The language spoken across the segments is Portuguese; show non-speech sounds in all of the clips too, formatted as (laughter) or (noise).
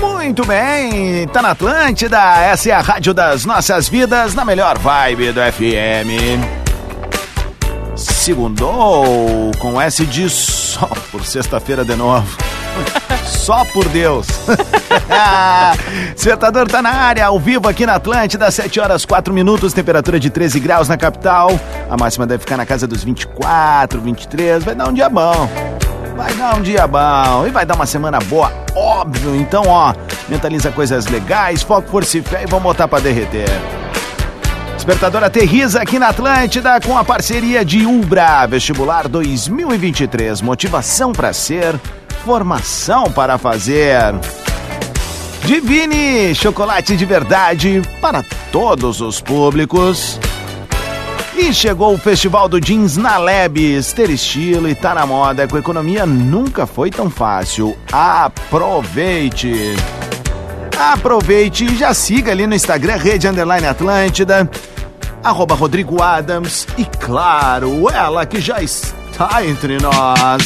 Muito bem, tá na Atlântida, essa é a rádio das nossas vidas, na melhor vibe do FM. Segundou com S de só por sexta-feira de novo. Só por Deus. Despertador tá na área, ao vivo aqui na Atlântida, 7 horas 4 minutos, temperatura de 13 graus na capital. A máxima deve ficar na casa dos 24, 23, vai dar um dia bom. Vai dar um dia bom e vai dar uma semana boa, óbvio. Então, ó, mentaliza coisas legais, foco, força e fé e vamos botar pra derreter. Despertador aterriza aqui na Atlântida com a parceria de Umbra Vestibular 2023. Motivação para ser, formação para fazer. Divine chocolate de verdade para todos os públicos. E chegou o Festival do Jeans na Lebes. Ter estilo e tá na moda com economia nunca foi tão fácil. Aproveite! Aproveite e já siga ali no Instagram Rede Underline Atlântida, arroba Rodrigo Adams e, claro, ela que já está entre nós.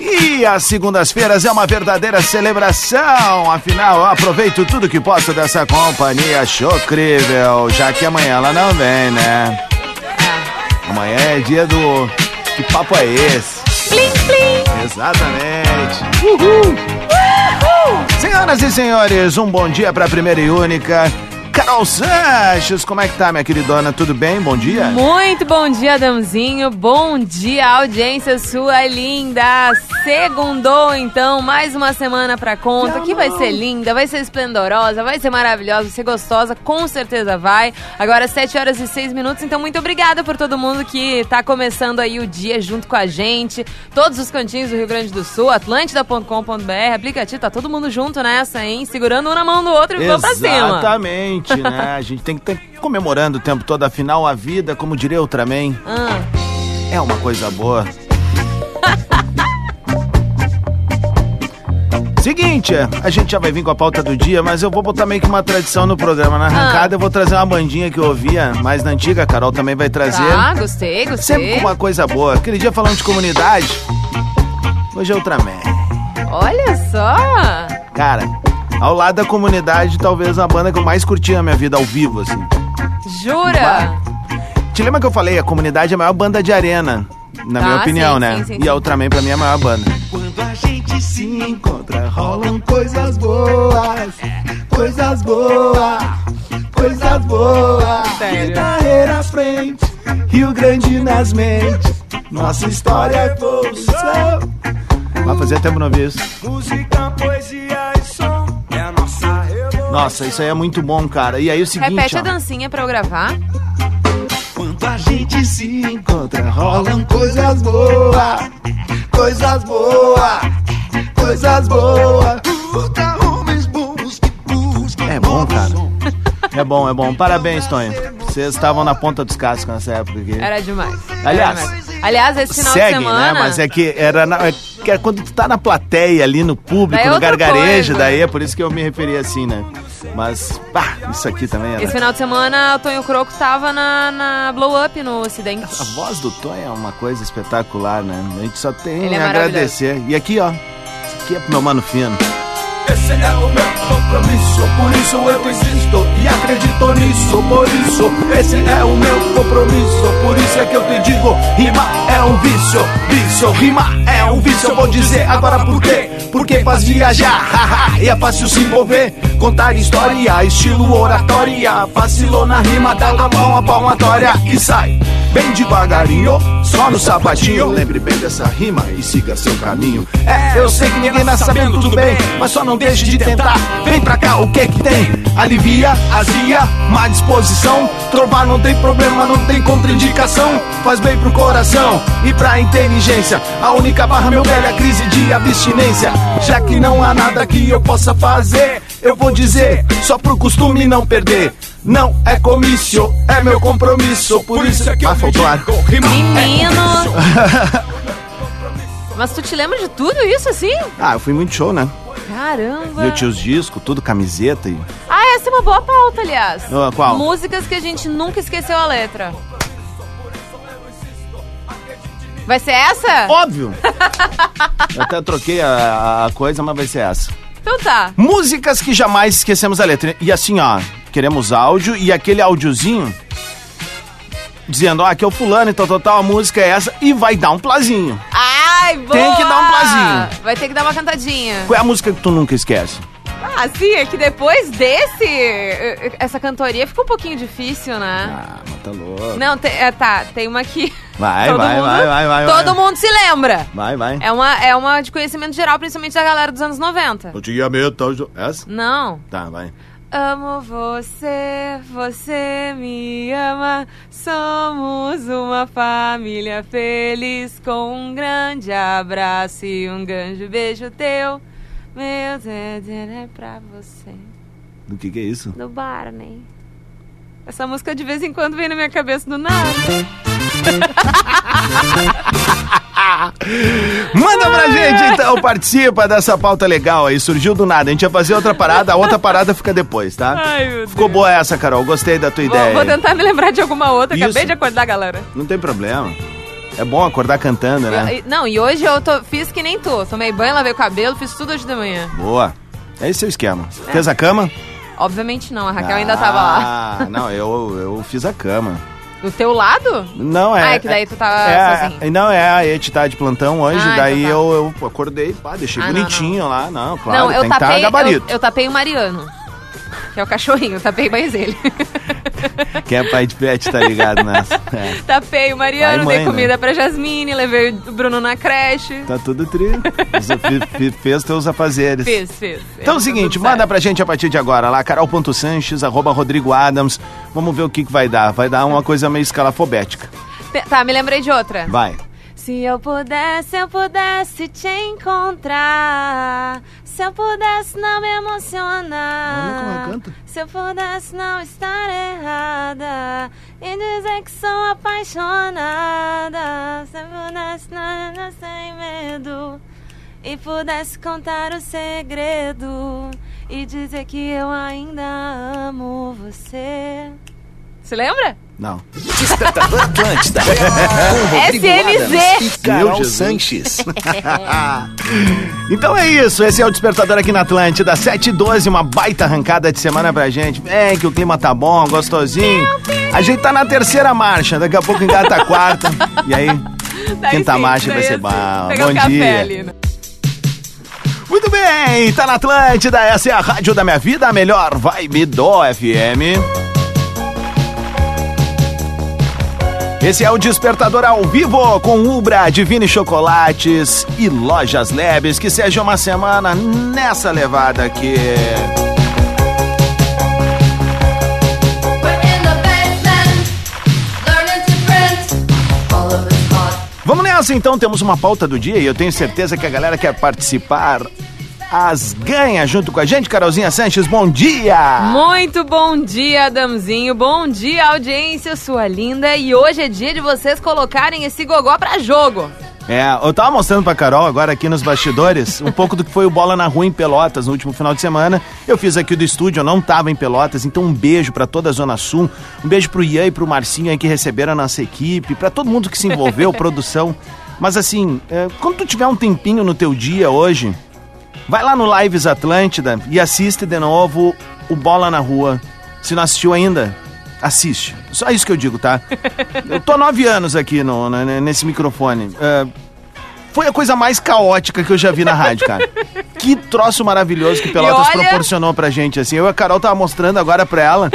E as segundas-feiras é uma verdadeira celebração. Afinal, eu aproveito tudo que posso dessa companhia chocrível, já que amanhã ela não vem, né? Amanhã é dia do. Que papo é esse? Exatamente. Uhul! Senhoras e senhores, um bom dia pra primeira e única. Carol Sanches, como é que tá, minha queridona? Tudo bem? Bom dia? Muito bom dia, Adãozinho. Bom dia, audiência sua linda. Segundou, então, mais uma semana pra conta, que vai ser linda, vai ser esplendorosa, vai ser maravilhosa, vai ser gostosa, com certeza vai. Agora, 7 horas e 6 minutos, então muito obrigada por todo mundo que tá começando aí o dia junto com a gente. Todos os cantinhos do Rio Grande do Sul, atlântida.com.br, aplicativo, tá todo mundo junto nessa, hein? Segurando um na mão do outro e vamos pra cima. Exatamente, né? A gente tem que estar comemorando o tempo todo, afinal a vida, como diria Ultraman, Ah. é uma coisa boa. (laughs) Seguinte, a gente já vai vir com a pauta do dia, mas eu vou botar meio que uma tradição no Ah. programa. Na arrancada eu vou trazer uma bandinha que eu ouvia mais na antiga, a Carol também vai trazer. Ah, gostei, Sempre gostei. com uma coisa boa. Aquele dia falando de comunidade, hoje é Ultraman. Olha só! Cara, ao lado da comunidade, talvez a banda que eu mais curti na minha vida ao vivo, assim. Jura? Te lembra que eu falei, a comunidade é a maior banda de arena, na Ah, minha opinião, sim, né? sim, sim, e a sim. Ultraman pra mim é a maior banda. Quando a gente se encontra, rolam coisas boas, coisas boas, coisas boas. Sério? Guitarreira à frente, Rio Grande nas mentes. Nossa história é evolução. Vai fazer tempo não ver isso. Música, poesia e som é a nossa revolução. Nossa, isso aí é muito bom, cara. E aí o seguinte, Repete a ó, dancinha pra eu gravar. Quando a gente se encontra, rolam coisas boas, coisas boas, coisas boas. Puta, homens bons que buscam É bom, cara. bons é bom, é bom. Parabéns, Tonho. Vocês estavam na ponta dos cascos nessa época aqui. Era demais. Aliás, Era demais. Aliás, esse final Seguem, de semana. né? Mas é que era, na- é que era quando tu tá na plateia ali no público, Daí é no outra gargarejo, coisa. daí é por isso que eu me referi assim, né? Mas, pá, isso aqui também era. Esse final de semana, o Tonho Croco tava na, na Blow Up no Ocidente. A voz do Tonho é uma coisa espetacular, né? A gente só tem Ele é a agradecer. E aqui, ó. Isso aqui é pro meu mano fino. Esse é o meu compromisso, por isso eu insisto e acredito nisso, por isso esse é o meu compromisso, por isso é que eu te digo, rima é um vício, vício, rima é um vício, eu vou dizer agora por quê? Porque faz viajar, haha, e é fácil se envolver, contar história, estilo oratória, vacilou na rima, dá a mão a palmatória e sai. Bem devagarinho, só no sapatinho. Lembre bem dessa rima e siga É, seu caminho. É, eu sei que ninguém nasce sabendo, tudo bem, mas só não deixe de tentar. Vem pra cá, o o que que tem? Alivia, azia, má disposição. Trovar não tem problema, não tem contraindicação. Faz bem pro coração e pra inteligência. A única barra, meu velho, é a crise de abstinência. Já que não há nada que eu possa fazer, eu vou dizer, só pro costume não perder. Não é comício, é meu compromisso. Por isso é que eu Ah, faltou ar. digo, rima é Menino. comício. Mas tu te lembra de tudo isso, assim? (laughs) Ah, eu fui muito show, né? E Caramba. é. eu tinha os discos, tudo, camiseta e. Ah, essa é uma boa pauta, aliás. Ah, qual? Músicas que a gente nunca esqueceu a letra. Vai ser essa? Óbvio! eu até troquei a, a coisa, mas vai ser essa. Então tá. Músicas que jamais esquecemos a letra. E assim, ó, queremos áudio e aquele áudiozinho dizendo, ó, aqui é o fulano, então total, a música é essa, e vai dar um plazinho. Ai, boa! Tem que dar um plazinho. Vai ter que dar uma cantadinha. Qual é a música que tu nunca esquece? Ah, sim, é que depois desse... eh, eh, Essa cantoria fica um pouquinho difícil, né? Ah, mas tá louco. Não, te- é, tá, tem uma aqui. Vai, vai, vai, vai, vai, Todo vai. mundo se lembra. Vai, vai. É uma, é uma de conhecimento geral, principalmente da galera dos anos 90. Eu tinha medo, tá? Essa? Não. Tá, vai. Amo você, você me ama. Somos uma família feliz com um grande abraço e um grande beijo teu. Meu Deus, é pra você. Do que que é isso? Do Barney. Essa música de vez em quando vem na minha cabeça do nada. Manda pra gente, então, participa dessa pauta legal aí. Surgiu do nada. A gente ia fazer outra parada, a outra parada fica depois, tá? Ai, meu Ficou Deus. boa essa, Carol. Gostei da tua ideia. Vou, vou tentar me lembrar de alguma outra. Isso. Acabei de acordar, galera. Não tem problema. É bom acordar cantando, né? Eu- e- não, e hoje eu tô- fiz que nem tu. Tomei banho, lavei o cabelo, fiz tudo hoje de manhã. Boa. É esse o esquema. Fez a cama? Obviamente não, a Raquel ainda tava lá. Ah, não, eu, eu fiz a cama. Do teu lado? Não é. Ah, é que daí tu tava é, sozinho. Não, é, a Eti tá de plantão hoje, Ah, daí então tá. eu, eu acordei, pá, deixei Ah, não, bonitinho lá. Não, claro, não, eu tem que estar tapei. eu, gabarito. eu tapei o Mariano. Que é o cachorrinho, eu tapei mais ele. (laughs) Quem é pai de pet tá ligado nessa. (laughs) É, tapei o Pai e Mariano, mãe, né? dei comida pra Jasmine, levei o Bruno na creche. tá tudo tri. (laughs) Fe- fe- Fez teus afazeres. Fiz, fiz. Então é o seguinte, manda pra gente a partir de agora lá, carol.sanches, arroba Rodrigo Adams. Vamos ver o que, que vai dar. Vai dar uma coisa meio escalafobética. Te- Tá, me lembrei de outra. Vai. Se eu pudesse, eu pudesse te encontrar. Se eu pudesse não me emocionar. Olha como ela canta. Se eu pudesse não estar errada. E dizer que sou apaixonada. Se eu pudesse não, não sem medo. E pudesse contar o segredo. E dizer que eu ainda amo você. Se lembra? Não. Despertador (laughs) Atlântida. Com Rodrigo SNZ. Adams e Meu Carol Jesus. (laughs) Sanches. (laughs) Então é isso, esse é o Despertador aqui na Atlântida, 7 e 12, uma baita arrancada de semana pra gente. Vem que o clima tá bom, gostosinho. A gente tá na terceira marcha, daqui a pouco engata a quarta. E aí, quinta marcha vai ser bom. Bom dia. né? Muito bem, tá na Atlântida, essa é a rádio da minha vida, a melhor vibe do FM. Esse é o Despertador ao vivo com Ubra, Divine Chocolates e Lojas Leves. Que seja uma semana nessa levada aqui. We're in the basement, learning to print. All of us hot. Vamos nessa então, temos uma pauta do dia e eu tenho certeza que a galera quer participar. As ganha junto com a gente, Carolzinha Sanches, bom dia! Muito bom dia, Adamzinho. Bom dia, audiência sua linda. E hoje é dia de vocês colocarem esse gogó pra jogo. É, eu tava mostrando pra Carol agora aqui nos bastidores um pouco do que foi o Bola na Rua em Pelotas no último final de semana. Eu fiz aqui do estúdio, eu não tava em Pelotas, então um beijo pra toda a Zona Sul, um beijo pro Ian e pro Marcinho aí que receberam a nossa equipe, pra todo mundo que se envolveu, (laughs) produção. Mas assim, é, quando tu tiver um tempinho no teu dia hoje, vai lá no Lives Atlântida e assiste de novo o Bola na Rua. Se não assistiu ainda, assiste. Só isso que eu digo, (laughs) tá? Eu tô há nove anos aqui no, né, nesse microfone. É, foi a coisa mais caótica que eu já vi na rádio, (laughs) (laughs) cara. Que troço maravilhoso que Pelotas E olha- proporcionou pra gente, assim. Eu e a Carol tava mostrando agora pra ela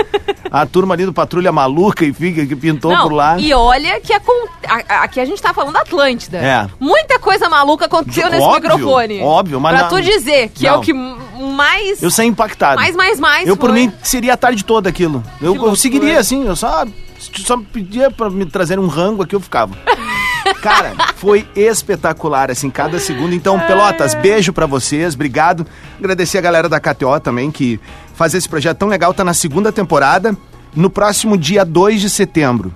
a turma ali do Patrulha Maluca e fica que pintou Não, por lá. E olha que acon- a- a- aqui a gente tá falando da Atlântida. É. Muita coisa maluca aconteceu nesse Óbvio, microfone. óbvio, mas Pra não- tu dizer que é não. o que m- mais. Eu saí impactado. Mais, mais, mais. Eu, por foi. mim, seria a tarde toda aquilo. Eu, eu loucura. seguiria assim, eu só, só pedia pra me trazer um rango aqui, eu (laughs) ficava. Cara, foi espetacular, assim, cada segundo. Então, É. Pelotas, beijo pra vocês, obrigado. Agradecer a galera da KTO também, que faz esse projeto tão legal, tá na segunda temporada. No próximo dia 2 de setembro,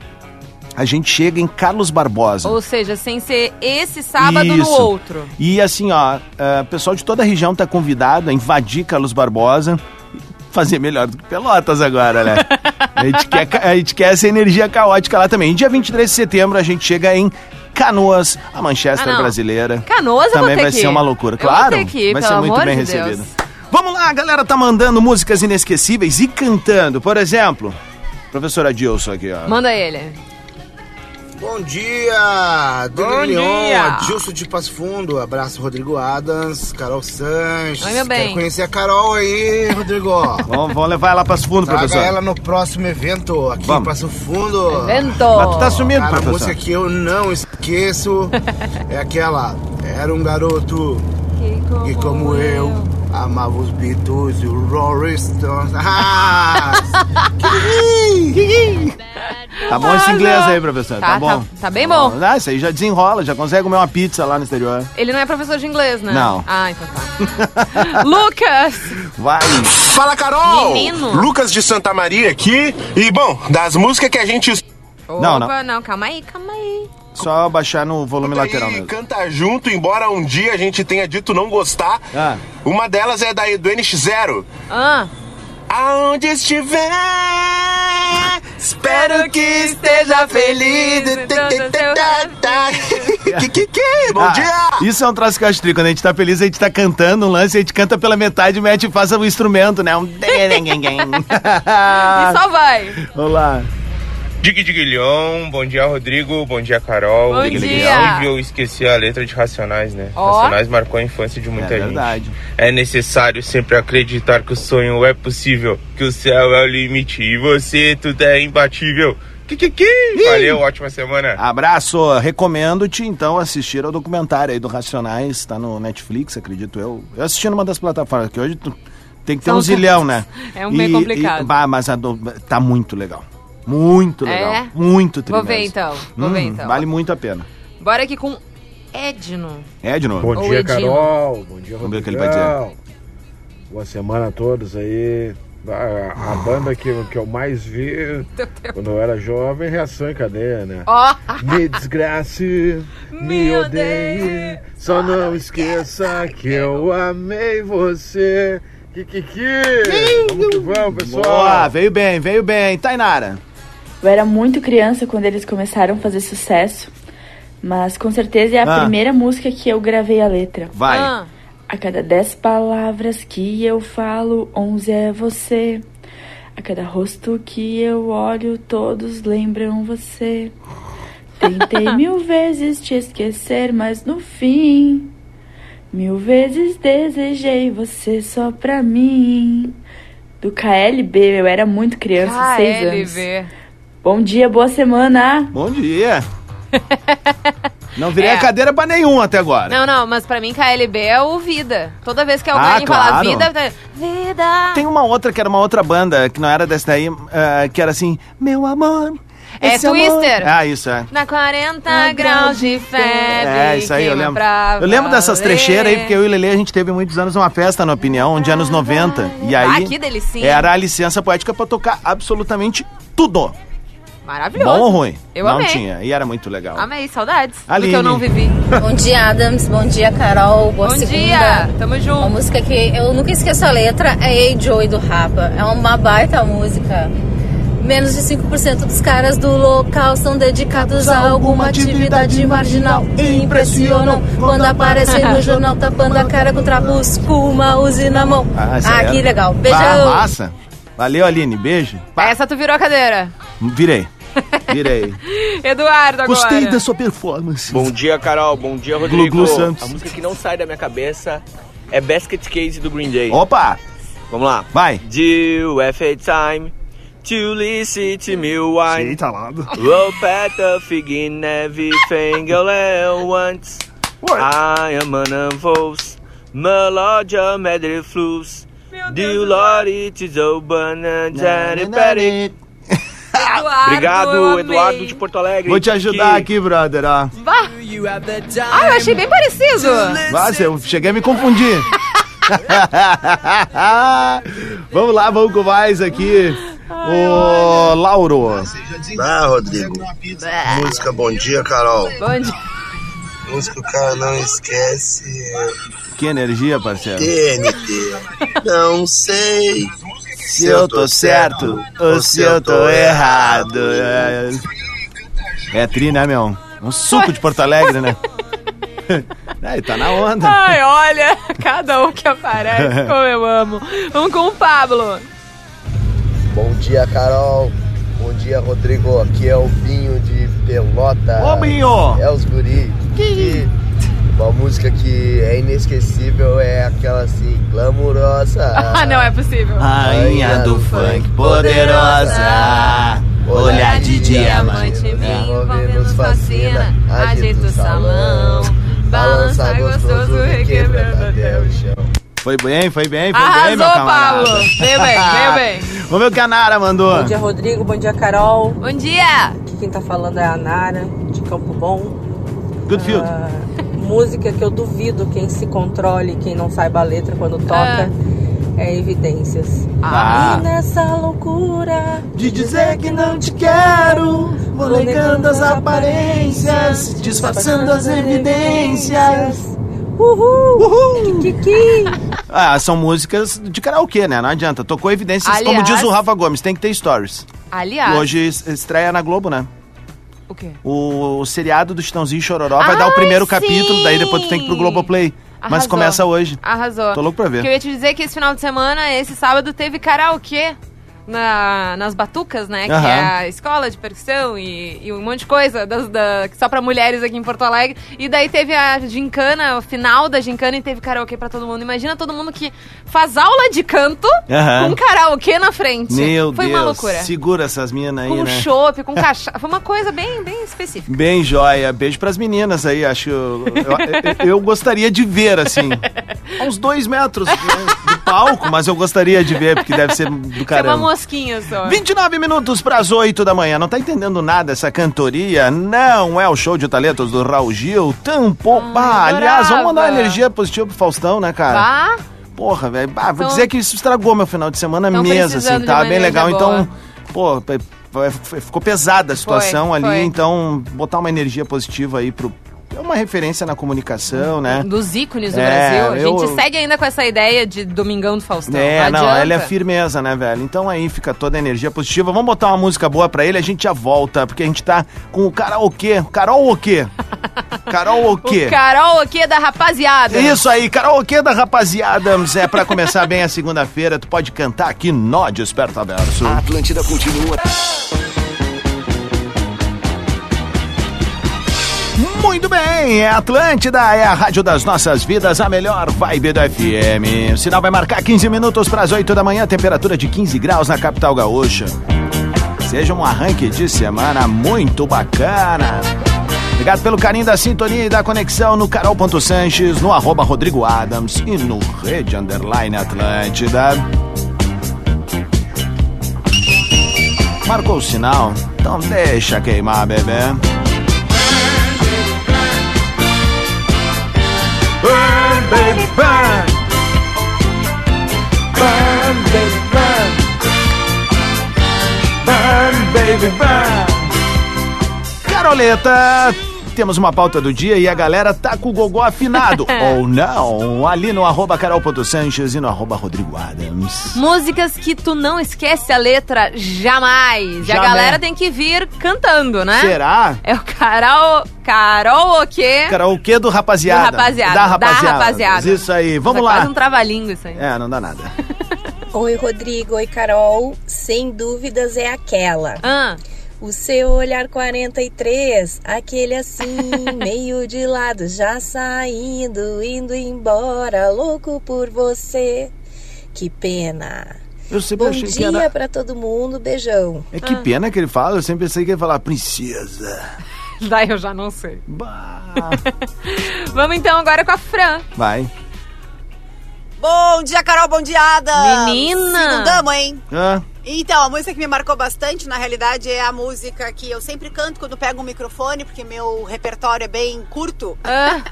a gente chega em Carlos Barbosa. Ou seja, sem ser esse sábado no Isso. outro. E assim, ó, ah, pessoal de toda a região tá convidado a invadir Carlos Barbosa. Fazer melhor do que Pelotas agora, (laughs) né? A gente, quer, ca- a gente quer essa energia caótica lá também. E dia 23 de setembro a gente chega em Canoas, a Manchester Ah, não. brasileira. Canoas eu vou Também ter vai que ser ir. uma loucura, Eu vou claro. ter que ir, vai pelo ser muito amor bem de Deus. recebida. Vamos lá, a galera tá mandando músicas inesquecíveis e cantando. Por exemplo, professora Dilson aqui, ó. Manda ele. Bom dia, Bom Bom Leon, dia. Adilson de Passo Fundo, abraço Rodrigo Adams, Carol Sanches. Oi, meu bem. Quero conhecer a Carol aí, Rodrigo. (laughs) Vamos, vamos levar ela para as fundo, Traga professor. ela no próximo evento aqui Vamos. em Passo Fundo. Vento. Mas tu tá sumindo, Cara, a professor. música que eu não (laughs) esqueço é aquela. Era um garoto que como eu amava os Beatles e o Rolling Stones. (laughs) Ah! Tá bom esse Arrasou. inglês aí, professor. Tá, Tá, bom. tá- tá bem bom. Ah, isso aí já desenrola, já consegue comer uma pizza lá no exterior. Ele não é professor de inglês, né? Não. Ah, então tá. (laughs) Lucas! Vai. Fala, Carol! Menino. Lucas de Santa Maria aqui. E, bom, das músicas que a gente escuta Não, Opa, não, calma aí, calma aí. Só baixar no volume lateral e mesmo. canta junto, embora um dia a gente tenha dito não gostar, Ah. uma delas é da do NX0. Ah, Aonde estiver, espero que esteja feliz. Que que que? Bom Ah, dia! Isso é um troço que eu acho tri. Quando a gente tá feliz, a gente tá cantando um lance, a gente canta pela metade, mete e faz o instrumento, né? (laughs) Um... e só vai. Olá. Dig Diguilhão, bom dia Rodrigo, bom dia Carol. Bom Digue, digue, dia. digue. Eu esqueci a letra de Racionais, né? Ó. Racionais marcou a infância de É muita gente. verdade. É necessário sempre acreditar que o sonho é possível, que o céu é o limite e você tudo é imbatível. Que que que? Valeu, ótima semana. Abraço. Recomendo-te, então, assistir ao documentário aí do Racionais. Tá no Netflix, acredito eu. Eu assisti numa das plataformas, que hoje tu tem que ter São um zilhão, né? tantas. É um meio complicado. bah, mas a do- tá muito legal. Muito legal. É? Muito tri Vou ver mesmo. então, vou ver Hum, então. Vale muito a pena. Bora aqui com Edno. É, de novo. Bom Ou dia, Edinho. Carol. Bom dia, Vamos ver o Rodrigão. que ele vai dizer. Boa semana a todos aí. A, a Ah. banda que, eu- que eu mais vi quando eu era jovem, Reação em Cadeia, né? Ó, (laughs) Me desgrace, Me me odeie, só não esqueça que eu amei você. Que que que? Vamos que vamos, Boa, pessoal. veio bem, veio bem. Tainara. Eu era muito criança quando eles começaram a fazer sucesso, mas com certeza é a Ah. primeira música que eu gravei a letra. Vai. ah, A cada dez palavras que eu falo, onze é você. A cada rosto que eu olho, todos lembram você. Tentei mil vezes te esquecer, mas no fim, mil vezes desejei você só pra mim. Do KLB, eu era muito criança, seis anos. KLV. Bom dia, boa semana. Bom (laughs) dia. Não virei É. a cadeira pra nenhum até agora. Não, não, mas pra mim KLB é o Vida. Toda vez que Ah, alguém fala claro. vida, tá- vida. Tem uma outra que era uma outra banda, que não era dessa daí, ah, que era assim, meu amor. É esse amor- Twister. Ah, isso é. Na 40 graus de febre. É, isso aí, eu queima lembro. pra Eu lembro dessas valer. trecheiras aí, porque eu e o Lelê, a gente teve muitos anos uma festa na opinião, um de anos 90. E aí. Ah, que delicinha. Era a licença poética pra tocar absolutamente tudo. Maravilhoso. Bom ou ruim? Eu não amei. tinha. E era muito legal. Amei, saudades. Do Então. Aline. que eu não vivi. Bom dia, Adams. Bom dia, Carol. Boa Bom segunda. dia, tamo Uma junto. música que eu nunca esqueço a letra é Hey Joey do Rapa. É uma baita música. Menos de 5% dos caras do local são dedicados a alguma atividade marginal. Impressionam quando aparecem (laughs) no jornal tapando a cara com trapos, com uma uzi na mão. Ah, essa Ah, era. que legal. Ah, Beijão. massa. Valeu, Aline. Beijo. Pá. Essa tu virou a cadeira. (gasps) (laughs) Virei. Virei. Eduardo agora. Gostei da sua performance. Bom dia, Carol. Bom dia, Rodrigo. Glu Glu Santos. A música que não sai da minha cabeça é Basket Case do Green Day. Opa! Vamos lá. Vai. Do FA time to listen to me wine. Eita, lado. Rope at the fig in everything all at once. I am an unfolds. Melodic medley flus. Do Lori Tizou Bananjari Peri. Obrigado, Eduardo de Porto Alegre. Vou te ajudar aqui, brother, ó. Bah. Ah, eu achei bem parecido. Nossa, eu cheguei a me confundir. (laughs) vamos lá, vamos com mais aqui. O Lauro. Ah, Rodrigo. Música Bom Dia, Carol. Bom dia. Música que o cara não esquece é Que energia, parceiro. TNT. Não sei Se eu tô certo ou se eu tô errado. É, é tri, né, meu? Um suco de Porto Alegre, né? Aí tá na onda. Ai, olha, (laughs) cada um que aparece, (laughs) como eu amo. Vamos com o Pablo. Bom dia, Carol. Bom dia, Rodrigo. Aqui é o Binho de Pelota. Ô, Binho! É os guri. E uma música que é inesquecível é aquela assim, glamurosa. Ah, não é possível. Rainha do funk poderosa. Olhar de diamante me Tá envolvendo fascina, agita o salão, balança gostoso, requebrando até o chão. Foi bem, foi bem, foi bem, meu Arrasou, camarada. Pablo. Veio bem, veio (laughs) bem. Vamos ver o que a Nara mandou. Bom dia, Rodrigo. Bom dia, Carol. Bom dia. Aqui quem tá falando é a Nara, de Campo Bom. Goodfield. Ah, música que eu duvido quem se controle, quem não saiba a letra quando toca, é Evidências. Ah. E nessa loucura De dizer que não te quero, vou negando as aparências, disfarçando as evidências. Uhul! Uhul! Kiki! Ah, são músicas de karaokê, né? Não adianta. Tocou evidências, como Aliás- diz o Rafa Gomes, tem que ter stories. Aliás, E hoje es- estreia na Globo, né? o quê? O, o seriado do Chitãozinho e Chororó vai dar o Ai, primeiro Ah, sim! capítulo, daí depois tu tem que ir pro Globoplay. Mas Arrasou. Ah, começa hoje. Arrasou. Tô louco pra ver. Porque eu ia te dizer é que esse final de semana, esse sábado, teve karaokê na, nas Batucas, né? Que Aham. é a escola de percussão e, e um monte de coisa das- da- só pra mulheres aqui em Porto Alegre. E daí teve a gincana, o final da gincana, e teve karaokê pra todo mundo. Imagina todo mundo que faz aula de canto Aham. com karaokê na frente. Meu Foi Deus. uma loucura. Segura essas minas aí, Com né? (laughs) chopp, com cachaça. Foi uma coisa bem, bem específica. Bem joia. Beijo pras meninas aí. Acho. Eu, eu- eu gostaria de ver, assim. a uns dois metros né, do palco, mas eu gostaria de ver, porque deve ser do Foi é uma caramba. mosquinha só. 29 minutos pras 8 da manhã. Não tá entendendo nada essa cantoria? Não é o show de talentos do Raul Gil. Tampouco. Bah, aliás, vamos mandar Hum, adorava. uma energia positiva pro Faustão, né, cara? Vá. Porra, velho. bah, vou Tão- dizer que isso estragou meu final de semana Tão mesmo, precisando assim. de Tava uma bem legal. energia boa. Então, pô, p- p- f- ficou pesada a situação ali. foi. Então, botar uma energia positiva aí pro. É uma referência na comunicação, né? Dos ícones do É, Brasil. A gente eu- segue ainda com essa ideia de Domingão do Faustão. É, não, adianta. ele é firmeza, né, velho? Então aí fica toda a energia positiva. Vamos botar uma música boa pra ele, a gente já volta, porque a gente tá com o karaokê. (laughs) Karaokê. Karaokê. O Carol aqui é da rapaziada. Isso aí, karaokê da rapaziada. É pra começar bem a segunda-feira, tu pode cantar aqui no Desperta Verso. A Atlântida continua. Muito bem, é Atlântida, é a rádio das nossas vidas, a melhor vibe do FM. O sinal vai marcar 15 minutos para as 8 da manhã, temperatura de 15 graus na capital gaúcha. Seja um arranque de semana muito bacana. Obrigado pelo carinho da sintonia e da conexão no carol.sanches, no arroba Rodrigo Adams e no Rede Underline Atlântida. Marcou o sinal? Então deixa queimar, bebê. Burn, baby, burn. Burn, baby, burn. Burn, baby, burn. Caroleta, temos uma pauta do dia e a galera tá com o gogó afinado. ou não, ali no arroba carol.sanches e no arroba Rodrigo Adams. Músicas que tu não esquece a letra jamais. E a Jamais. galera tem que vir cantando, né? Será? É o Carol. Carol o quê? Karaokê do rapaziada. É? Do rapaziada. Da Da rapaziada. rapaziada. Isso aí, vamos é lá. Quase um trava-língua isso aí. É, não dá nada. Oi, Rodrigo. Oi, Carol. Sem dúvidas é aquela. Ah. O seu olhar 43, aquele (laughs) assim, meio de lado, já saindo, indo embora, louco por você. Que pena. Eu sempre Bom achei que dia era- pra todo mundo, beijão. É Ah. que pena que ele fala, eu sempre pensei que ele ia falar princesa. Daí eu já não sei. (laughs) Vamos então agora com a Fran. Vai. Bom dia, Carol, bom dia, Adam. Menina! Segundamos, hein? Ah, Então, a música que me marcou bastante, na realidade, é a música que eu sempre canto quando pego um microfone, porque meu repertório é bem curto. (laughs)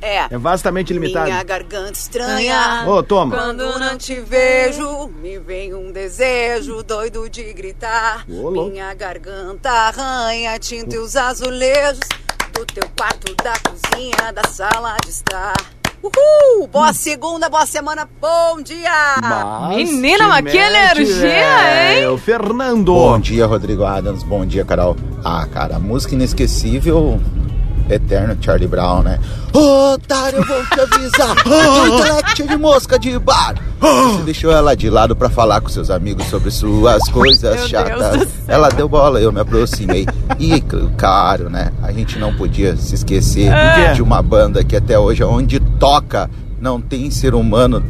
é. é vastamente limitado. Minha garganta Ah. estranha. Ô, toma. Quando não te vejo, me vem um desejo doido de gritar. Ô, louco. Minha garganta arranha, tinta e os azulejos do teu quarto, da cozinha, da sala de estar. Uhul! Boa segunda, boa semana, bom dia! Menina, mas é que energia, hein? é o Fernando. Bom dia, Rodrigo Adams. Bom dia, Carol. Ah, cara, a música inesquecível. Eterno Charlie Brown, né? Ô, otário, eu vou te avisar. (laughs) Teu intelecto é de mosca de bar. Você deixou ela de lado pra falar com seus amigos sobre suas coisas Meu Deus do chatas. Ela deu bola, eu me aproximei. E, c- claro, né? A gente não podia se esquecer Ah. de uma banda que até hoje, onde toca, não tem ser humano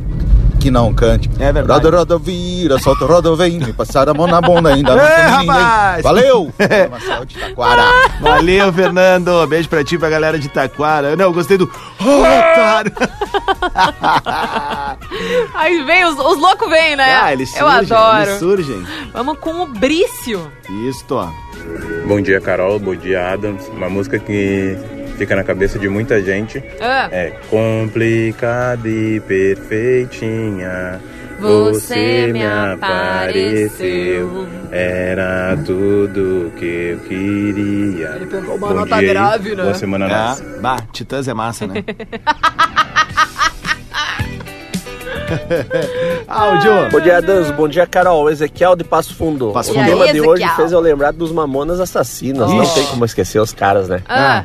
que não cante. É verdade. Roda, roda, vira, solta, roda, vem. Me passaram a mão na bunda ainda. Não Ei, tem ninguém. rapaz! (laughs) Valeu! Marcel de Taquara. Valeu, Fernando. Beijo pra ti, pra galera de Taquara. Não, eu gostei do. Ô, otário. Aí vem, os, os loucos vêm, né? Ah, eles surgem. Eu adoro. Eles surgem. Vamos com o Brício. Isto, ó. Bom dia, Carol. Bom dia, Adams. Uma música que fica na cabeça de muita gente. Ah. É complicada e perfeitinha. Você Você me me apareceu. Era tudo que eu queria. Ele pegou uma nota grave, né? Boa semana É. nossa. Bah, Titãs é massa, né? Áudio. Bom dia, Adams. Bom dia, Carol. Ezequiel de Passo Fundo. Passo o Fundo. tema E aí, de hoje Ezequiel? fez eu lembrar dos Mamonas Assassinas. Não Ixi. tem como esquecer os caras, né? Ah.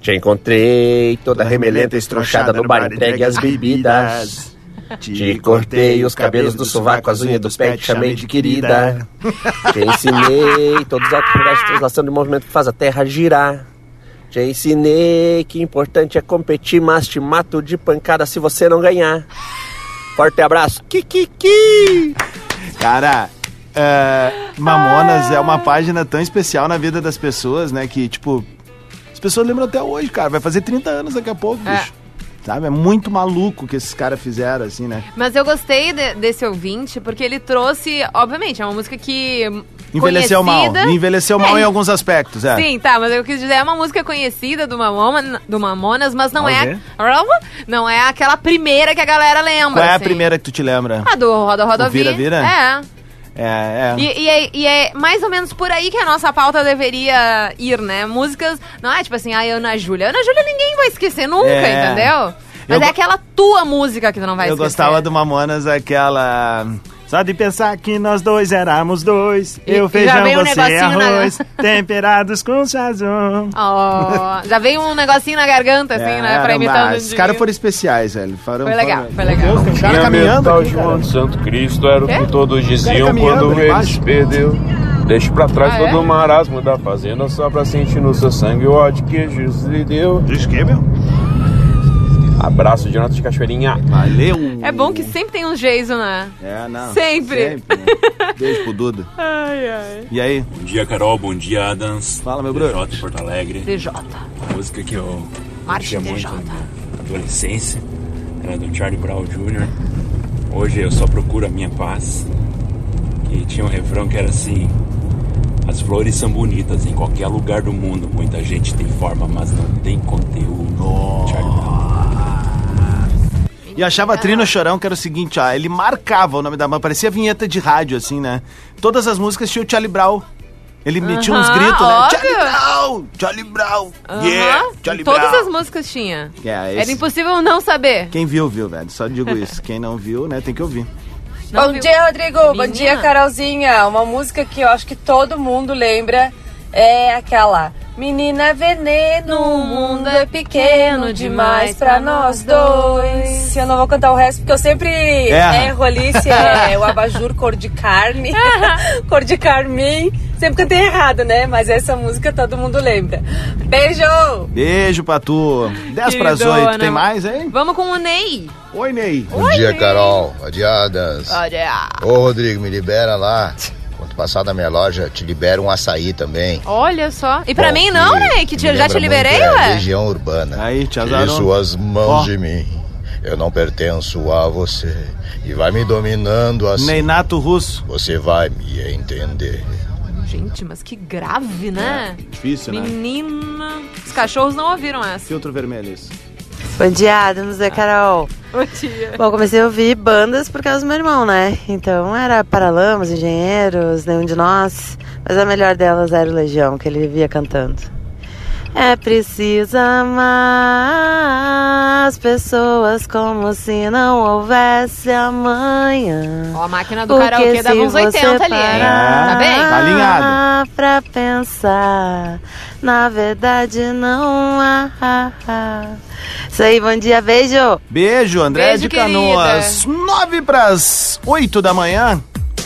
Te encontrei toda remelenta, estrochada no bar, entregue as bebidas. Te cortei os cabelos do sovaco, as unhas dos pés, te chamei de querida. Te ensinei todos os autocuidados de translação de movimento que faz a terra girar. Te ensinei que importante é competir, mas te mato de pancada se você não ganhar. Forte abraço. Kikiki! Cara, é, Mamonas é uma página tão especial na vida das pessoas, né? Que, tipo, as pessoas lembram até hoje, cara. Vai fazer 30 anos daqui a pouco, bicho. Sabe? É muito maluco o que esses caras fizeram, assim, né? Mas eu gostei de- desse ouvinte, porque ele trouxe, obviamente, é uma música que. Envelheceu conhecida. mal. Envelheceu mal É. em alguns aspectos, é. Sim, tá, mas eu quis dizer, é uma música conhecida do, Mamona, do Mamonas, mas não Vamos é. Não é aquela primeira que a galera lembra. Qual é a assim. primeira que tu te lembra? A do Roda Roda O Vira, Vi. Vira? É. É, é. E, e é, e é mais ou menos por aí que a nossa pauta deveria ir, né? Músicas, não é tipo assim, a Ana Júlia. Ana Júlia ninguém vai esquecer nunca, É. entendeu? Eu Mas é go- aquela tua música que tu não vai Eu esquecer. gostava do Mamonas aquela. Só de pensar que nós dois éramos dois. E- eu e já feijão, vem um você negocinho na- arroz. Temperados com sazon. Ó, já veio um negocinho na garganta, (laughs) É, assim, né? Pra imitar o Os caras foram especiais, velho. Foram, Foi legal, foram- foi legal. Meu Deus, tem um cara Minha caminhando. mental aqui, João cara. de Santo Cristo era o Quê? que todos diziam Cara caminhando quando ali eles embaixo. perdeu. Deixa pra trás Ah, é? todo o marasmo da fazenda só pra sentir no seu sangue o ódio que Jesus lhe deu. Diz que, meu? Abraço, Jonathan de Cachoeirinha. Valeu! É bom que sempre tem um Jason, né? É, não. Sempre. Beijo pro Tipo Duda. (laughs) Ai, ai. E aí? Bom dia, Carol. Bom dia, Adams. Fala, meu brother. DJ Porto Alegre. DJ. Uma música que eu Marcha curtia muito DJ. né? na adolescência. Era do Charlie Brown Jr. Hoje eu só procuro a minha paz. E tinha um refrão que era assim... As flores são bonitas em qualquer lugar do mundo. Muita gente tem forma, mas não tem conteúdo. Charlie E eu achava Trino Chorão que era o seguinte, ó, ele marcava o nome da banda, parecia vinheta de rádio, assim, né? Todas as músicas tinha o Charlie Brown. Ele metia uns Aham, gritos, né? óbvio. Charlie Brown! Charlie Brown! Aham. Yeah! Charlie Todas Brown! as músicas tinha. É, esse- Era impossível não saber. Quem viu, viu, velho. Só digo isso. Quem não viu, né, tem que ouvir. Não Bom viu? dia, Rodrigo. Bom Menina. dia, Carolzinha. Uma música que eu acho que todo mundo lembra é aquela. Menina é Veneno, o mundo é pequeno demais pra nós dois. Eu não vou cantar o resto porque eu sempre Erra. erro ali se é o abajur cor de (laughs) carne, cor de carmim. Sempre cantei errado, né? Mas essa música todo mundo lembra. Beijo! Beijo pra tu. 10 pras 8. Tem mais? hein? Vamos com o Ney. Oi, Ney. Bom dia, Carol. Adiadas. Olha. Ô, Rodrigo, me libera lá. Quando passar da minha loja, te libero um açaí também. Olha só. E pra Bom, mim não, Ney, que me te- já lembra te muito, liberei, é, ué. Legião Urbana. Aí, te Tire azarou. né? suas mãos Ó. de mim. Eu não pertenço a você. E vai me dominando assim. Neinato Russo. Você vai me entender. Gente, mas que grave, né? Difícil, né? Menina. Os cachorros não ouviram essa. Filtro vermelho, isso. Bom dia, Adams da Carol. Bom dia. Bom, comecei a ouvir bandas por causa do meu irmão, né? Então era Paralamas, Engenheiros, Nenhum de Nós. Mas a melhor delas era o Legião, que ele vivia cantando. É preciso amar as pessoas como se não houvesse amanhã. Ó, a máquina do karaokê dava uns 80 ali, hein? Tá É, bem? Tá alinhado. Pra pensar, na verdade não há. Isso aí, bom dia, beijo. Beijo, André Beijo, de Canoas. Nove pras oito da manhã.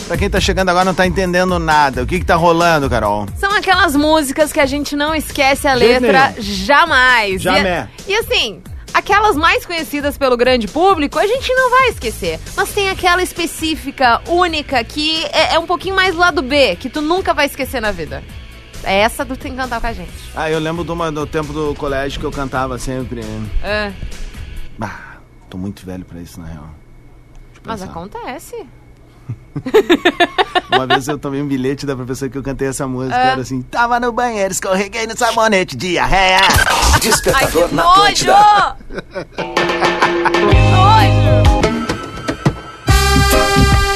Pra quem tá chegando agora não tá entendendo nada. O que que tá rolando, Carol? São aquelas músicas que a gente não esquece a Jeito letra nenhum. jamais. Jamais. E, e assim, aquelas mais conhecidas pelo grande público, a gente não vai esquecer. Mas tem aquela específica, única, que é, é um pouquinho mais lado B, que tu nunca vai esquecer na vida. É essa do Tem que cantar com a gente. Ah, eu lembro de uma- do tempo do colégio que eu cantava sempre. É. Bah, tô muito velho pra isso, na real. Mas acontece. Uma vez eu tomei um bilhete da professora que eu cantei essa música. É. e Era assim, tava no banheiro, escorreguei no sabonete, diarreia. Despertador Ai, que na nojo! Atlântida.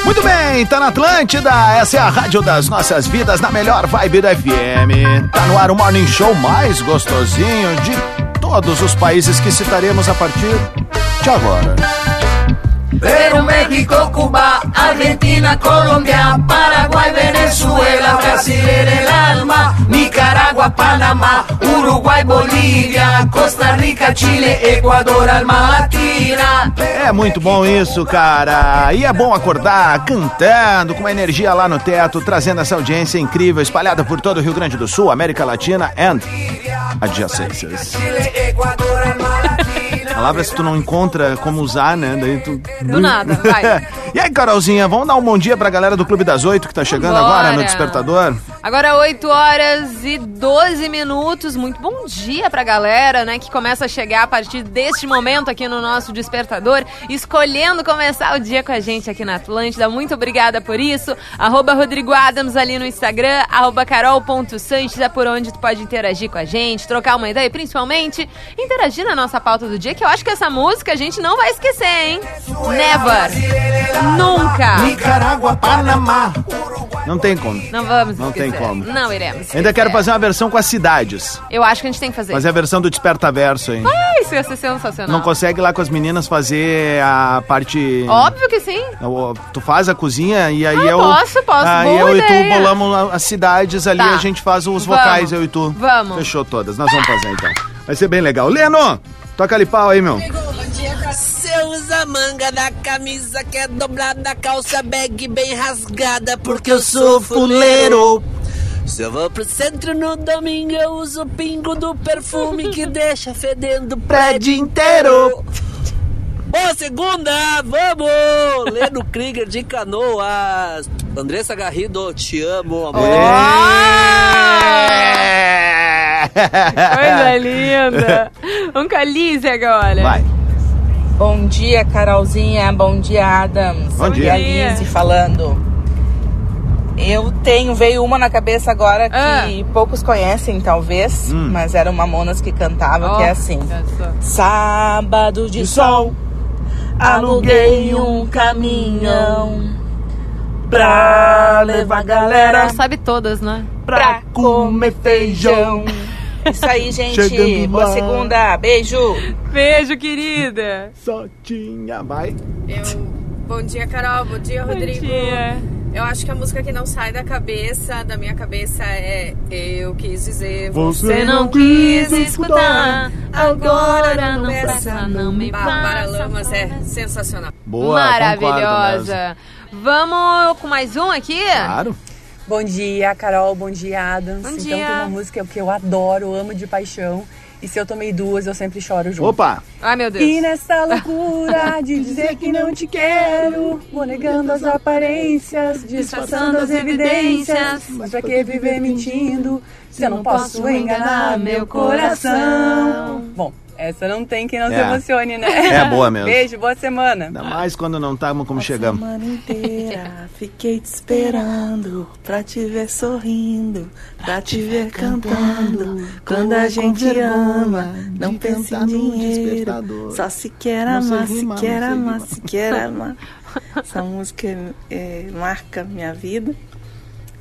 Muito bem, tá na Atlântida. Essa é a rádio das nossas vidas, na melhor vibe da FM. Tá no ar o morning show mais gostosinho de todos os países que citaremos a partir de agora. Peru, México, Cuba, Argentina, Colombia, Paraguay, Venezuela, Brasil en el alma, Nicaragua, Panamá, Uruguay, Bolivia, Costa Rica, Chile, Ecuador, alma latina. É muito bom isso, cara. E é bom acordar cantando, com uma energia lá no teto, trazendo essa audiência incrível espalhada por todo o Rio Grande do Sul, América Latina and adjacências. Palavras que tu não encontra como usar, né? Daí tu... Do nada, vai. (laughs) e aí, Carolzinha, vamos dar um bom dia pra galera do Clube das Oito que tá chegando agora no Bora. Despertador? Agora 8 horas e 12 minutos. Muito bom dia pra galera, né, que começa a chegar a partir deste momento aqui no nosso despertador, escolhendo começar o dia com a gente aqui na Atlântida. Muito obrigada por isso. Arroba Rodrigo Adams ali no Instagram, arroba carol.sanches, é por onde tu pode interagir com a gente, trocar uma ideia e principalmente interagir na nossa pauta do dia, que eu acho que essa música a gente não vai esquecer, hein? Never! Nunca! Nicarágua, Panamá. Não tem como. Não vamos Não tem esquecer. como. É Não iremos. Ainda quero esquecer. fazer uma versão com as cidades. Eu acho que a gente tem que fazer. Fazer a versão do Desperta Verso, hein? Ah, isso ia ser sensacional. Não consegue lá com as meninas fazer a parte. É Óbvio que sim. O- Tu faz a cozinha e aí Ah, eu. posso, posso. Aí Boa eu e tu ideia. bolamos a- as cidades ali, Tá. a gente faz os Vamos. vocais, eu e tu. Vamos. Fechou todas, nós vamos fazer então. Vai ser bem legal. Leno, toca ali pau aí, meu. Você usa a manga da camisa que é dobrada, calça bag bem rasgada, porque eu sou fuleiro. Se eu vou pro centro no domingo, eu uso o pingo do perfume (laughs) que deixa fedendo o prédio inteiro. Boa segunda, vamos! Leno Krieger de Canoas. Andressa Garrido, te amo, amor. (laughs) Coisa linda. Vamos com a Liz agora. Vai. Bom dia, Carolzinha. Bom dia, Adams. Bom dia. E a Lizzy falando. Eu tenho, veio uma na cabeça agora Ah. que poucos conhecem, talvez, Hum. mas era uma Monas que cantava, que é assim. Sábado de sol, Aluguei um caminhão pra levar a galera sabe todas, né? pra comer feijão. Isso aí, gente. Chegando Boa lá. segunda. Beijo. Beijo, querida. Só tinha, vai. Bom dia, Carol. Bom dia, Rodrigo. dia. Eu acho que a música que não sai da cabeça, da minha cabeça, é Eu Quis Dizer. Você não quis escutar, agora não presta, não me Bárbara passa, Lamas é sensacional. Boa, Maravilhosa. Vamos com mais um aqui? Claro. Bom dia, Carol. Bom dia, Adams. Bom Então dia. tem uma música que eu adoro, amo de paixão. E se eu tomei duas, eu sempre choro junto. Opa! Ai, meu E nessa loucura de dizer que não te quero, vou negando as aparências, disfarçando as evidências. Mas pra que viver mentindo se eu não posso enganar meu coração? Bom, Essa não tem quem não É. se emocione, né? É boa mesmo. Beijo, boa semana. Ainda mais quando não tá como chegamos. semana inteira fiquei te esperando pra te ver sorrindo, pra te ver cantando. Quando a gente ama, não pense em dinheiro, só se quer Não sei amar, se rimar, não quer sei amar, rimar. se quer amar. Essa música é, marca minha vida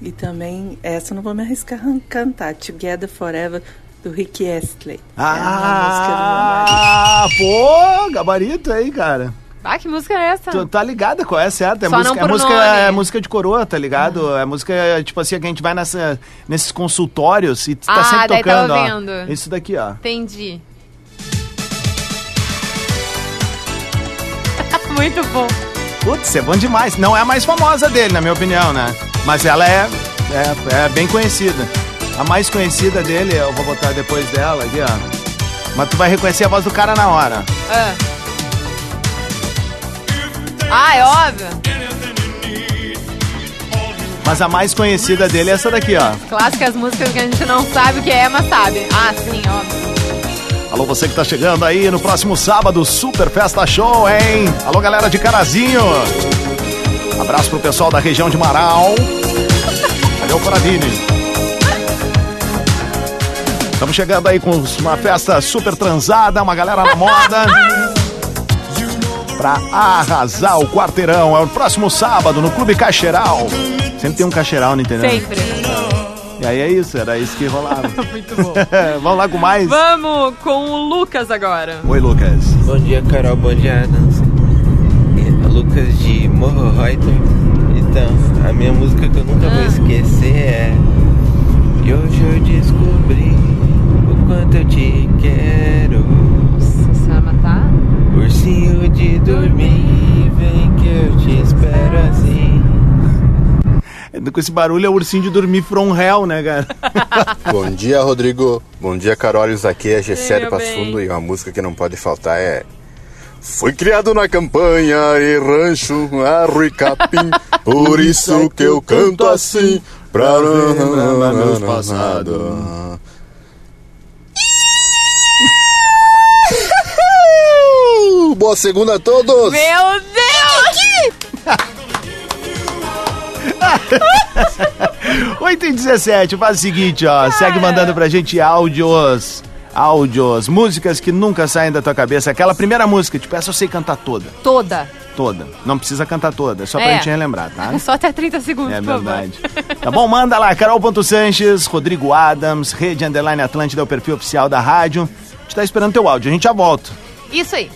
e também essa eu não vou me arriscar a cantar, Together Forever do Rick Astley. É Ah, pô, gabarito aí, cara. Ah, que música é essa? Tu tá ligada qual é, certo? É Só música, não por é, música, nome. é música de coroa, tá ligado? É música, tipo assim, que a gente vai nessa, nesses consultórios e tá Ah, sempre daí tocando, tava ó. vendo. Isso daqui, ó. Entendi. (laughs) Muito bom. Putz, é bom demais. Não é a mais famosa dele, na minha opinião, né? Mas ela é, é, é bem conhecida. A mais conhecida dele, eu vou botar depois dela aqui, ó. Mas tu vai reconhecer a voz do cara na hora. Ah. Ah, é óbvio. Mas a mais conhecida dele é essa daqui, ó. Clássicas músicas que a gente não sabe o que é, mas sabe. Ah, sim, óbvio. Alô, você que tá chegando aí no próximo sábado, Super Festa Show, hein? Alô, galera de Carazinho. Abraço pro pessoal da região de Marau. Valeu, Coradini. Estamos chegando aí com uma festa super transada, uma galera na moda. Pra arrasar o quarteirão. É o próximo sábado no Clube Cacheral. Sempre tem um Cacheral, não entendeu? Sempre. E aí é isso, era isso que rolava. (laughs) Muito bom. Vamos lá com mais? Vamos com o Lucas agora. Oi, Lucas. Bom dia, Carol. Bom dia, Adams. É, Lucas de Morro Reuter. Então, a minha música que eu nunca Ah. vou esquecer é. E hoje eu descobri o quanto eu te quero. Você Tá? vai matar? Ursinho de dormir, vem que eu te espero assim. Com esse barulho é o ursinho de dormir from hell, né, cara? Bom dia, Rodrigo. Bom dia, Carolis. Aqui é meu Gessélio bem. Passundo e uma música que não pode faltar é. Fui criado na campanha e rancho, arro e capim, por isso é que eu canto assim, pra lembrar meus passados. (laughs) Boa segunda a todos! Meu Deus! 8 e 17, faz o seguinte, ó. Segue mandando pra gente áudios. Áudios, músicas que nunca saem da tua cabeça. Aquela primeira música, tipo, essa eu sei cantar toda. Toda. Toda. Não precisa cantar toda, é só É. pra gente relembrar, tá? (laughs) Só até 30 segundos, É por favor. (laughs) verdade. Tá bom? Manda lá, Carol.Sanches, Rodrigo Adams, Rede Underline Atlântida, é o perfil oficial da rádio. A gente tá esperando teu áudio, a gente já volta. Isso aí.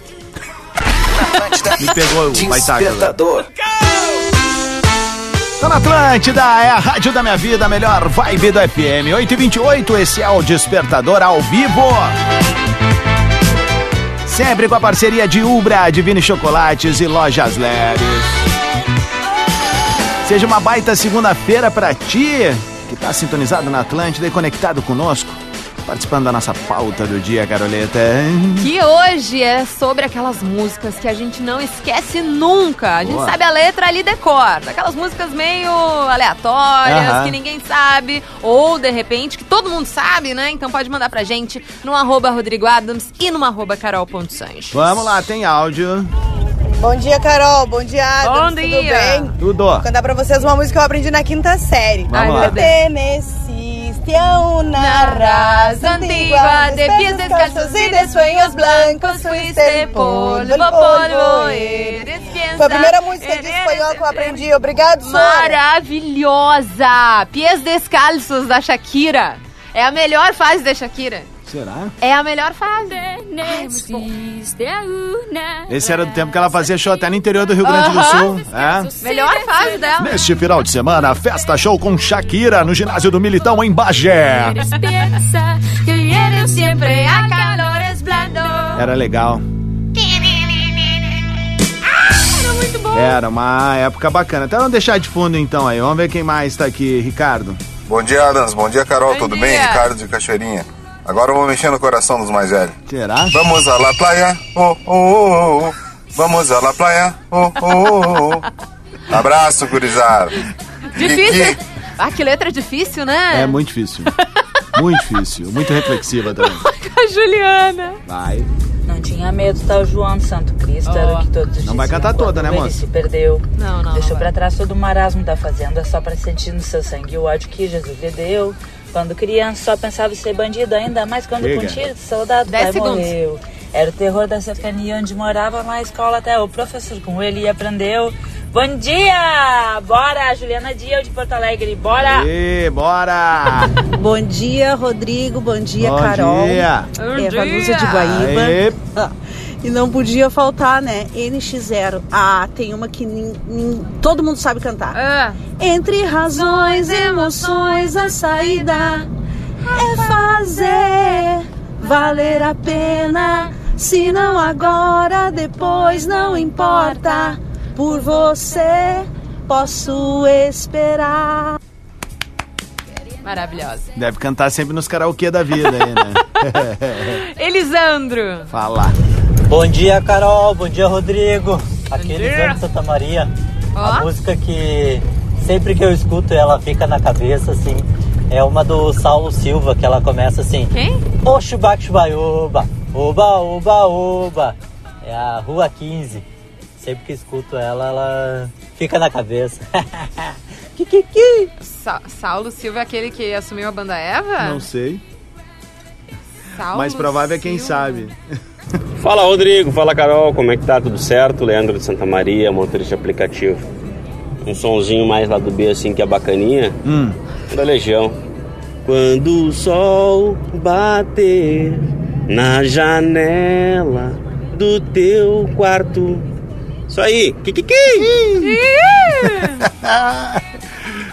Me pegou o baitaca. Tá na Atlântida, é a rádio da minha vida, a melhor vibe do FM. 8h28, esse é o Despertador ao vivo. Sempre com a parceria de Ubra, Divine Chocolates e Lojas Leves. Seja uma baita segunda-feira pra ti, que tá sintonizado na Atlântida e conectado conosco, participando da nossa pauta do dia, Caroleta. Que hoje é sobre aquelas músicas que a gente não esquece nunca. A gente Boa. sabe a letra ali decora. Aquelas músicas meio aleatórias, Aham. que ninguém sabe, ou de repente que todo mundo sabe, né? Então pode mandar pra gente no arroba Rodrigo Adams e no arroba carol.sanches. Vamos lá, tem áudio. Bom dia, Carol. Bom dia, Adams. Bom Tudo dia. bem? Tudo. Vou cantar pra vocês uma música que eu aprendi na quinta série. Vamos lá. Te meciste a una raza antigua de pies descalzos y de sueños blancos fuiste polvo, polvo eres. Foi a primeira música de espanhol que eu aprendi. Obrigado, Sora. Maravilhosa! Pies descalços da Shakira. É a melhor fase da Shakira. Será? É a melhor fase. Esse era do tempo que ela fazia show até no interior do Rio Grande do Sul. Aham. É. Melhor né? fase dela. Neste final de semana, festa show com Shakira no ginásio do Militão em Bagé. Eres piensa que eres siempre a calores blando. Era legal. Era muito bom. Era uma época bacana. Até vamos deixar de fundo então aí. Vamos ver quem mais tá aqui, Ricardo. Bom dia, Adams. Bom dia, Carol. Tudo bem? dia. Ricardo de Cachoeirinha. Agora eu vou mexer no coração dos mais velhos. Será? Vamos à la playa. Oh, oh, oh, oh. Vamos à la playa. Oh, oh, oh, oh. Abraço, gurizada. Difícil. Ah, que letra difícil, né? É muito difícil. Muito difícil, muito reflexiva também. Com (laughs) a Juliana. Vai. Não tinha medo, tá? O João do Santo Cristo era o que todos Não vai cantar toda, né, Ele moça? se perdeu. Não, não, Deixou não pra trás todo o marasmo da fazenda só pra sentir no seu sangue o ódio que Jesus lhe deu. Quando criança só pensava em ser bandido, ainda mais quando Chega. com tiro de soldado Dez pai segundos. morreu. Era o terror da cercania onde morava na escola até o professor com ele e aprendeu. Bom dia! Bora, Juliana Diel de Porto Alegre, bora! E bora! Bom dia, Rodrigo. Bom dia, Bom Carol. dia. Bom Eva dia. Lúcia É, de Guaíba. Aê. (laughs) E não podia faltar, né? NX0. Ah, tem uma que nin- nin- todo mundo sabe cantar. Entre razões, emoções, a saída é fazer valer a pena. Se não agora, depois não importa. Por você posso esperar. Maravilhosa. Deve cantar sempre nos karaokê da vida aí, né? (laughs) Elisandro. Fala. Bom dia, Carol. Bom dia, Rodrigo. Aqui é dia. Elisandro Santa Maria. Ó. A música que sempre que eu escuto ela fica na cabeça, assim. É uma do Saulo Silva, que ela começa assim. Quem? Ô chubac chubaiuba, oba, oba, oba. É a Rua 15. Sempre que escuto ela, ela fica na cabeça. (laughs) Kikiki. Saulo Silva é aquele que assumiu a banda Eva? Não sei. Saulo Mais provável é quem Silva. sabe. Fala Rodrigo, fala Carol, como é que tá? Tudo certo? Leandro de Santa Maria, motorista de aplicativo. Um sonzinho mais lá do B assim que é bacaninha. Da Legião. Quando o sol bater na janela do teu quarto. Isso aí, Kikiki! (laughs)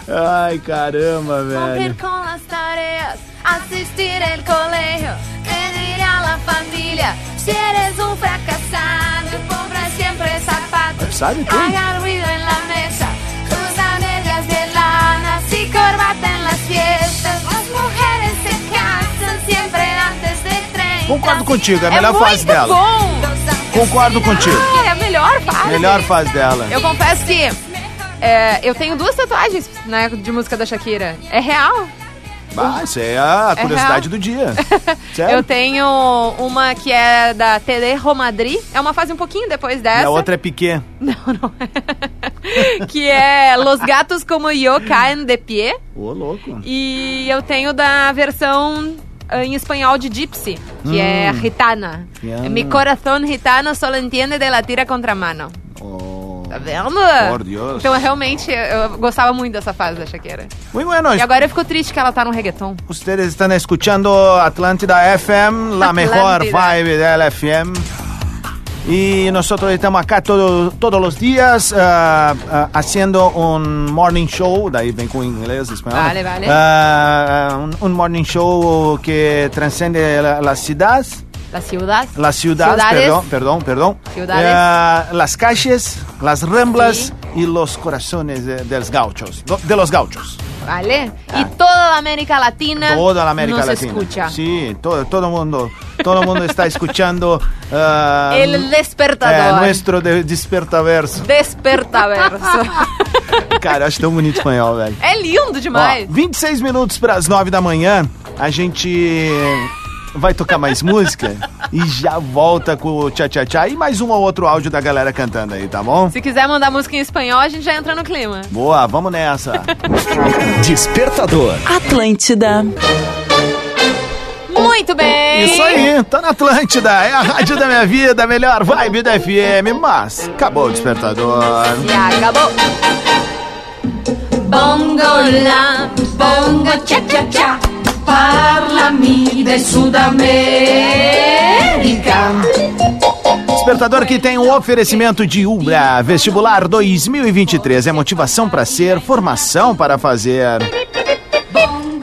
Ai, caramba, velho. con las tareas, asistir el colegio, pedir a la familia. Si eres un fracasado, compra siempre zapatos. Sabe tudo? Haga ruido en la mesa, usa medias de lana, y corbata en las fiestas. Las mujeres se casan siempre antes de 30. Concordo contigo, é a melhor muito fase dela. Bom. Concordo contigo. Ah, é a melhor fase. Melhor fase dela. Eu confesso que é, eu tenho duas tatuagens né, de música da Shakira. É real. Ah, isso é a É curiosidade real. do dia. Sério? (laughs) Eu tenho uma que é da Tele Romadri. É uma fase um pouquinho depois E dessa. a outra é Piquet. Que é Los Gatos como Yo Caen de Pie. Ô, louco. E eu tenho da versão ah, em espanhol de Gypsy, que Hum. Ah. é Gitana. Yeah. Mi corazón gitano solo entiende de la tira contra mano. Tá vendo? Oh. por Deus. Então, realmente, eu gostava muito dessa fase da Shakira. Muito bueno. E agora eu fico triste que ela tá no reggaeton. Vocês estão escutando Atlântida FM, la mejor vibe da FM. Y nosotros estamos acá todo- todos los días ah, ah, haciendo un morning show, de ahí ven con inglés, español. Vale, vale. Ah, un, un morning show que transcende la, la ciudad, Da Ciudad. la ciudad, Ciudades. perdón, perdón, perdón. Ciudades. Ah, las calles, las ramblas y los corazones de, de los gauchos, de los gauchos. Vale? E toda a América Latina. Ah. Toda la América nos Latina. escucha. Sí, todo, todo mundo, todo mundo está escuchando. ah, (laughs) El despertador. é, nuestro de- despertaverso. (laughs) Despertaverso. Cara, eu acho tão bonito espanhol, velho. é lindo demais. Ó, 26 minutos para as 9 da manhã, a gente vai tocar mais música e já volta com o tchá tchá tchá e mais um ou outro áudio da galera cantando aí, tá bom? Se quiser mandar música em espanhol, a gente já entra no clima. Boa, vamos nessa. Despertador. Atlântida. Muito bem. É. Isso aí, tá na Atlântida, é a rádio da minha vida, a melhor vibe da FM, mas acabou o despertador. E acabou. Bongo la, bongo cha cha cha, parlami de Sudamérica. Despertador que tem um oferecimento de Ubra, vestibular 2023, é motivação para ser, formação para fazer.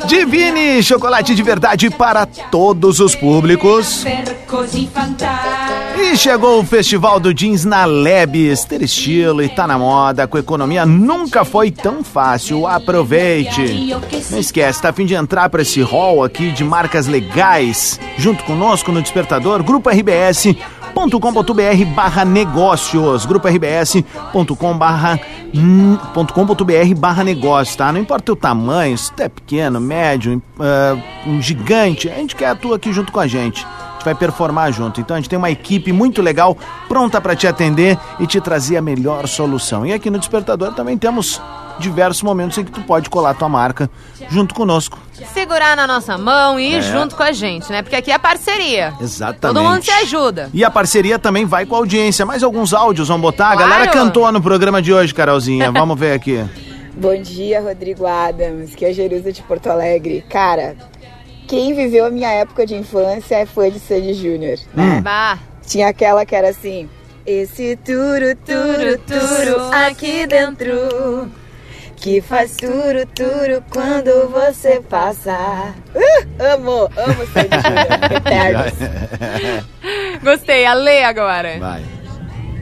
Divine, chocolate de verdade para todos os públicos. Per così fantastico. E chegou o Festival do Jeans na Lebes. Ter estilo e tá na moda, com economia nunca foi tão fácil. Aproveite! Não esquece, tá a fim de entrar para esse hall aqui de marcas legais. Junto conosco no Despertador, Grupo RBS.com.br rbs.com.br barra negócios, grupo rbs.com barra hum, .com.br barra negócio, tá? Não importa o tamanho, se tu é pequeno, médio, eh, um gigante, a gente quer a tua aqui junto com a gente. A gente vai performar junto. Então a gente tem uma equipe muito legal pronta para te atender e te trazer a melhor solução. E aqui no Despertador também temos diversos momentos em que tu pode colar tua marca junto conosco. Segurar na nossa mão e ir É. junto com a gente, né? Porque aqui é parceria. Exatamente. Todo mundo se ajuda. (laughs) E a parceria também vai com a audiência. Mais alguns áudios vão botar. A galera Claro. cantou no programa de hoje, Carolzinha. Vamos ver aqui. Bom dia, Rodrigo Adams, que é a Jerusa de Porto Alegre. Cara, quem viveu a minha época de infância é fã de Sandy Júnior. né? Tinha aquela que era assim: Esse turu, turu, turu aqui dentro, que faz turu, turu quando você passa. Uh, amo, amo Sandy Júnior, eterno. Gostei, a Lê agora. Vai.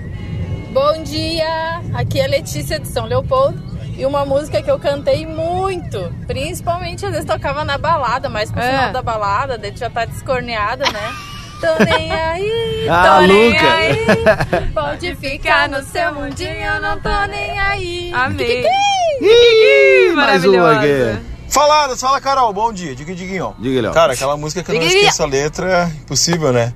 (laughs) Bom dia! Aqui é Letícia de São Leopoldo. E uma música que eu cantei muito, principalmente às vezes tocava na balada, mas pro É. final da balada, daí tu já tá descorneada, (laughs) né? Tô nem aí, Ah, Então, tô nem Luca. aí. Pode ficar no seu mundinho, eu não tô nem aí. Amei. Ih, mais um Maravilhosa. aqui. Faladas, fala Carol, bom dia. Diga, diguinho. Diga, Léo. Cara, aquela música que eu não Diga, esqueço a letra, impossível, né?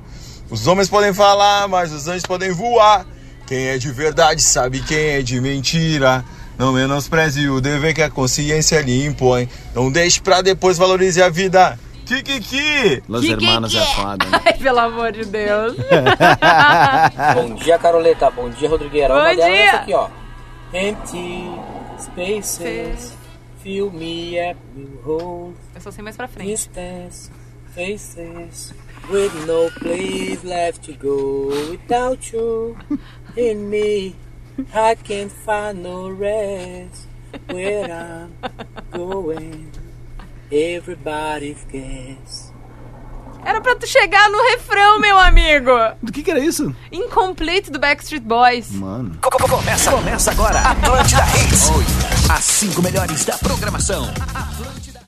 Os homens podem falar, mas os anjos podem voar. Quem é de verdade sabe quem é de mentira. Não menospreze o dever que a consciência lhe impõe. Não deixe pra depois, valorize a vida. Kikiki! Los hermanos é foda. Ai, pelo amor de (laughs) Deus. é- Bom dia, Caroleta. Bom dia, Rodrigueira. Bom Uma delas é dia. essa aqui, ó. Empty spaces fill me up with holes. Eu só sei mais pra frente. Distance faces with no place left to go without you in me. I can't find no rest where I'm going. Everybody's guess. Era pra tu chegar no refrão, meu amigo. Do que que era isso? Incomplete do Backstreet Boys. Mano. Começa agora, Atlântida Hits. As cinco melhores da programação.